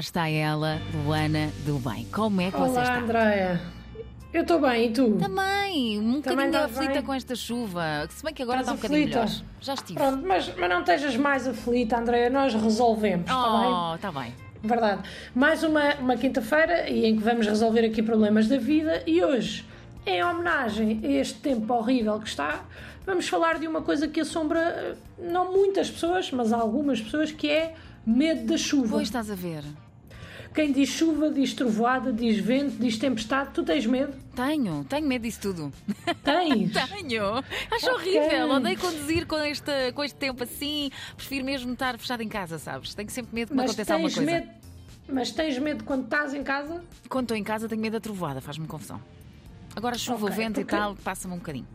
está ela, Luana do Bem. Como é que você Olá, está? Andréia. Eu estou bem, e tu? Também, um bocadinho Também está aflita bem. com esta chuva. que Se bem que agora está um Estás bocadinho melhor. aflita? Já estive. Pronto, mas, mas não estejas mais aflita, Andréia. Nós resolvemos, está oh, está bem. bem? Verdade. Mais uma, uma quinta-feira e em que vamos resolver aqui problemas da vida. E hoje, em homenagem a este tempo horrível que está, vamos falar de uma coisa que assombra eh, não muitas pessoas, mas algumas pessoas, que é medo da chuva. Pois estás a ver. Quem diz chuva, diz trovoada, diz vento, diz tempestade. Tu tens medo? Tenho, tenho medo disso tudo. Tens? Tenho! Acho Ok. horrível! Odeio conduzir com este, com este tempo assim. Prefiro mesmo estar fechada em casa, sabes? Tenho sempre medo que me Mas aconteça alguma tens coisa. medo? Mas tens medo quando estás em casa? Quando estou em casa, tenho medo da trovoada, faz-me confusão. Agora chuva, Ok, vento porque- e tal, passa-me um bocadinho.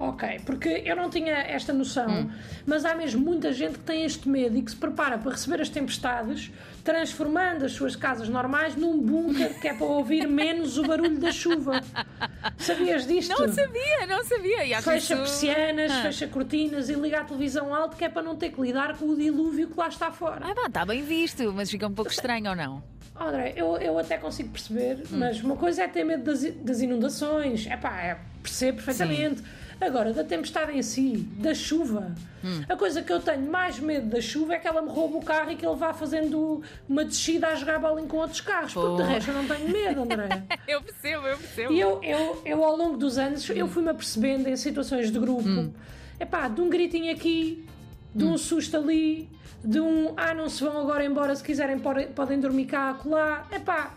Ok, porque eu não tinha esta noção, Hum. mas há mesmo muita gente que tem este medo e que se prepara para receber as tempestades, transformando as suas casas normais num bunker que é para ouvir menos o barulho da chuva. Sabias disto? Não sabia, não sabia. E acho Fecha isso- persianas, Ah. fecha cortinas e liga a televisão alto que é para não ter que lidar com o dilúvio que lá está fora. Ah, pá, está bem visto, mas fica um pouco estranho ou não? Oh, André, eu, eu até consigo perceber, mas uma coisa é ter medo das, das inundações, é pá, é, percebo perfeitamente. Agora, da tempestade em si, da chuva, a coisa que eu tenho mais medo da chuva é que ela me roube o carro e que ele vá fazendo uma descida a jogar bolinho com outros carros, porque Pô. de resto eu não tenho medo, André. Eu percebo, eu percebo. E eu, eu, eu, ao longo dos anos, eu fui-me apercebendo em situações de grupo, Hum. epá, de um gritinho aqui, de um susto ali, de um ah, não se vão agora embora, se quiserem podem, podem dormir cá, acolá, epá.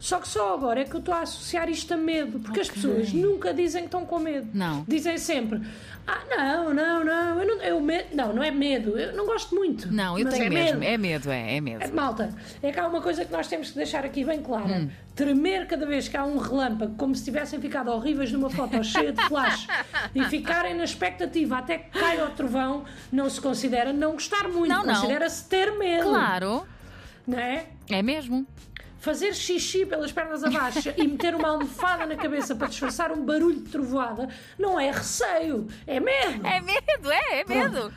Só que só agora é que eu estou a associar isto a medo, porque as Ok. pessoas nunca dizem que estão com medo. Não. Dizem sempre, ah, não, não, não, eu não, eu me- não, não é medo, eu não gosto muito. Não, eu mas tenho é mesmo. medo. É medo, é, é medo. Malta, é que há uma coisa que nós temos que deixar aqui bem clara. Hum. Tremer cada vez que há um relâmpago, como se tivessem ficado horríveis numa foto cheia de flash e ficarem na expectativa até que caia o trovão, não se considera não gostar muito, Não, não. considera-se ter medo. Claro, Não é? é mesmo. Fazer xixi pelas pernas abaixo e meter uma almofada na cabeça para disfarçar um barulho de trovoada não é receio, é medo. É medo, é, é medo.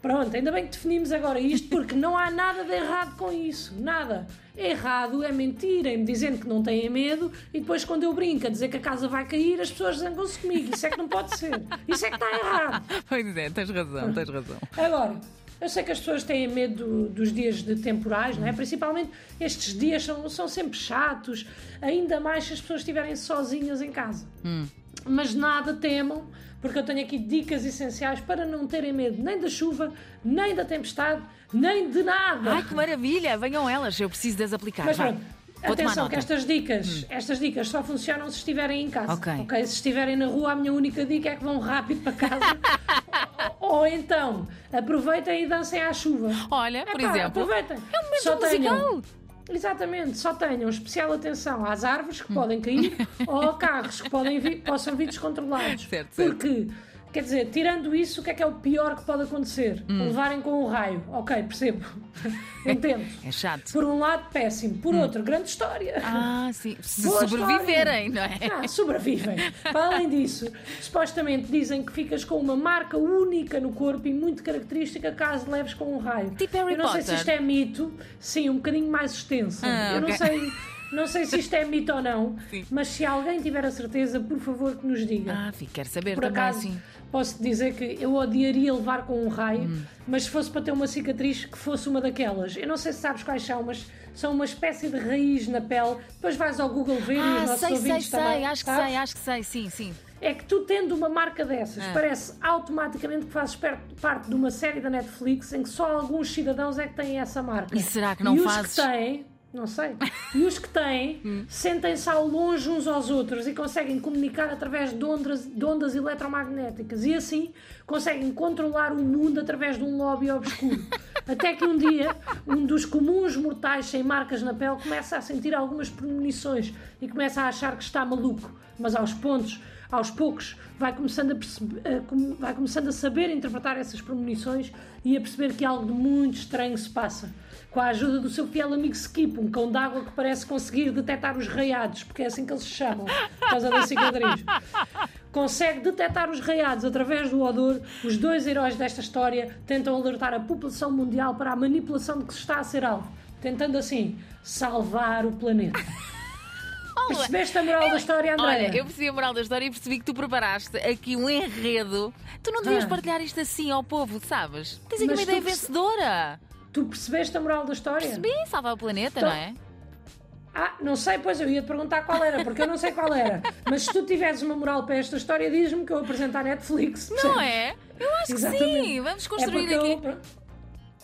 Pronto, ainda bem que definimos agora isto, porque não há nada de errado com isso. Nada. Errado é mentirem-me dizendo que não têm medo e depois, quando eu brinco a dizer que a casa vai cair, as pessoas zangam-se comigo. Isso é que não pode ser. Isso é que está errado. Pois é, tens razão, tens razão. Agora, eu sei que as pessoas têm medo dos dias de temporais, Hum. não é? Principalmente estes dias são, são sempre chatos, ainda mais se as pessoas estiverem sozinhas em casa. Hum. Mas nada temam, porque eu tenho aqui dicas essenciais para não terem medo nem da chuva, nem da tempestade, nem de nada. Ai, que maravilha, venham elas, eu preciso das aplicar. Mas vá. pronto, Vou tomar atenção nota. Hum. que estas dicas, estas dicas só funcionam se estiverem em casa. Ok. Se estiverem na rua, a minha única dica é que vão rápido para casa. ou, ou então, aproveitem e dancem à chuva. Olha, por Epá, exemplo, Aproveitem. é um momento só um. musical. Tenham, exatamente, só tenham especial atenção às árvores que podem cair ou a carros que podem vir, possam vir descontrolados. Certo, certo. Porque, quer dizer, tirando isso, o que é que é o pior que pode acontecer? Hum. Levarem com um raio. Ok, percebo. Entendo. é chato. Por um lado, péssimo. Hum. Por outro, grande história. Ah, sim, se Boa sobreviverem, não é? Ah, sobrevivem. Para além disso, supostamente dizem que ficas com uma marca única no corpo e muito característica caso leves com um raio. Tipo Harry Eu não sei se Potter. isto é mito, sim, um bocadinho mais extenso. Ah, Eu ok. não sei. Não sei se isto é mito ou não, Sim. mas se alguém tiver a certeza, por favor que nos diga. Ah, fico, quero saber Por também, acaso, sim. posso dizer que eu odiaria levar com um raio, Hum. mas se fosse para ter uma cicatriz, que fosse uma daquelas. Eu não sei se sabes quais são, mas são uma espécie de raiz na pele. Depois vais ao Google ver e os Ah, nossos sei, sei, ouvintes sei, também. tá? acho que sabes? sei, acho que sei, sim, sim. É que tu tendo uma marca dessas, Ah. parece automaticamente que fazes per- parte de uma série da Netflix em que só alguns cidadãos é que têm essa marca. E será que não e fazes? Hum. Os que têm, não sei. E os que têm sentem-se ao longe uns aos outros e conseguem comunicar através de ondas, de ondas eletromagnéticas e assim conseguem controlar o mundo através de um lobby obscuro. Até que um dia, um dos comuns mortais sem marcas na pele começa a sentir algumas premonições e começa a achar que está maluco. Mas aos pontos, aos poucos, vai começando a, percebe- a com- vai começando a saber interpretar essas premonições e a perceber que algo de muito estranho se passa com a ajuda do seu fiel amigo Skip, um cão d'água que parece conseguir detectar os raiados, porque é assim que eles se chamam, por causa da cicatriz. Consegue detectar os raiados através do odor. Os dois heróis desta história tentam alertar a população mundial para a manipulação de que se está a ser alvo. tentando assim salvar o planeta. Olá. Percebeste a moral da história, Andréia? Olha, eu percebi a moral da história e percebi que tu preparaste aqui um enredo. Tu não devias Ah. partilhar isto assim ao povo, sabes? Tens aqui Mas uma tu ideia perce- vencedora. Tu percebeste a moral da história? Percebi, salvar o planeta, Então- não é? Ah, não sei, pois eu ia te perguntar qual era, porque eu não sei qual era. Mas se tu tiveres uma moral para esta história, diz-me que eu apresento à Netflix. Não é? Eu acho que sim. Exatamente. Vamos É construir porque aqui. eu...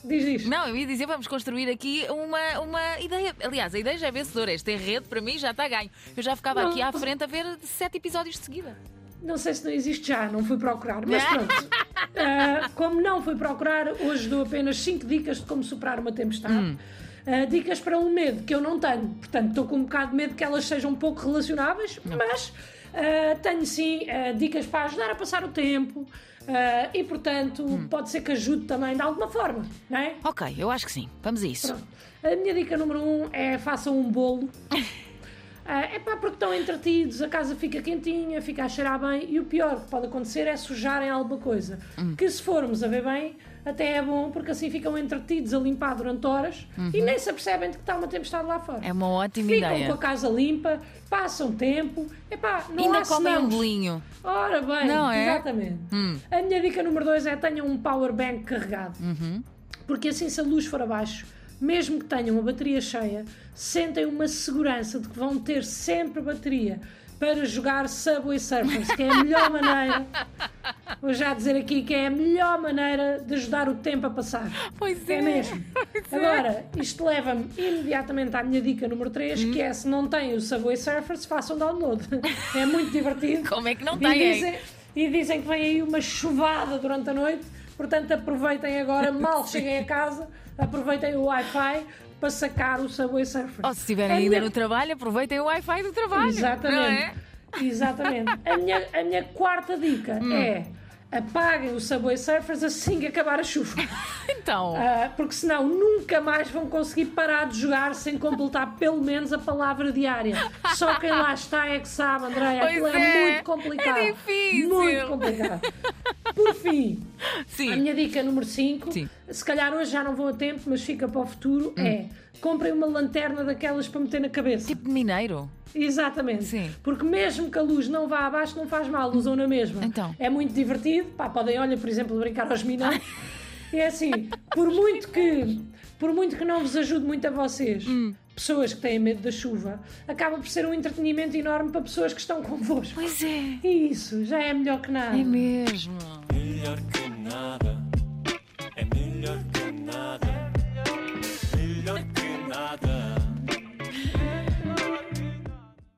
Diz isto. Não, eu ia dizer, vamos construir aqui uma, uma ideia. Aliás, a ideia já é vencedora. Este enredo, para mim, já está ganho. Eu já ficava Não. aqui à frente a ver sete episódios de seguida. Não sei se não existe já, não fui procurar, mas pronto. Ah, como não fui procurar, hoje dou apenas 5 dicas de como superar uma tempestade. Ah, dicas para um medo que eu não tenho, portanto estou com um bocado de medo que elas sejam pouco relacionáveis, mas ah, tenho sim ah, dicas para ajudar a passar o tempo ah, e, portanto, pode ser que ajude também de alguma forma, não é? Ok, eu acho que sim. Vamos a isso. Pronto. A minha dica número um é façam um bolo. é pá, porque estão entretidos, a casa fica quentinha, fica a cheirar bem e o pior que pode acontecer é sujarem alguma coisa. Hum. Que se formos a ver bem, até é bom porque assim ficam entretidos a limpar durante horas e nem se apercebem de que está uma tempestade lá fora. Uhum. É uma ótima Ficam ideia. com a casa limpa, passam tempo, epá, não há Ainda comem um senãos. bolinho. Ora bem, Não é? exatamente. A minha dica número 2 é tenham um power bank carregado. Uhum. Porque assim, se a luz for abaixo, mesmo que tenham a bateria cheia, sentem uma segurança de que vão ter sempre bateria para jogar Subway Surfers, que é a melhor maneira. Vou já dizer aqui que é a melhor maneira de ajudar o tempo a passar. Pois é. É mesmo. Agora, isto leva-me imediatamente à minha dica número 3, Uhum. que é se não têm o Subway Surfers, façam download. É muito divertido. Como é que não E têm, hein? dizem- E dizem que vem aí uma chuvada durante a noite, portanto aproveitem agora, mal cheguem a casa, aproveitem o Wi-Fi para sacar o Subway Surfers. Ou se estiverem A ainda minha- no trabalho, aproveitem o Wi-Fi do trabalho. Não Exatamente. é? Exatamente. A minha, a minha quarta dica Hum. é apaguem o Subway Surfers assim que acabar a chuva. Então. Ah, porque senão nunca mais vão conseguir parar de jogar sem completar pelo menos a palavra diária. Só quem lá está é que sabe, Andréia. Aquilo Pois é, é, muito complicado. é difícil. Muito complicado. Por fim, a Sim. minha dica número 5, Sim. Hum. se calhar hoje já não vou a tempo, mas fica para o futuro, é comprem uma lanterna daquelas para meter na cabeça. Tipo mineiro. Exatamente. Sim. Porque mesmo que a luz não vá abaixo, não faz mal, usam na mesma. Então. É muito divertido. Pá, podem, olha, por exemplo, brincar aos mineiros. é assim, por muito que por muito que não vos ajude muito a vocês, Hum. pessoas que têm medo da chuva, acaba por ser um entretenimento enorme para pessoas que estão convosco. Pois é. E isso já é melhor que nada. É mesmo.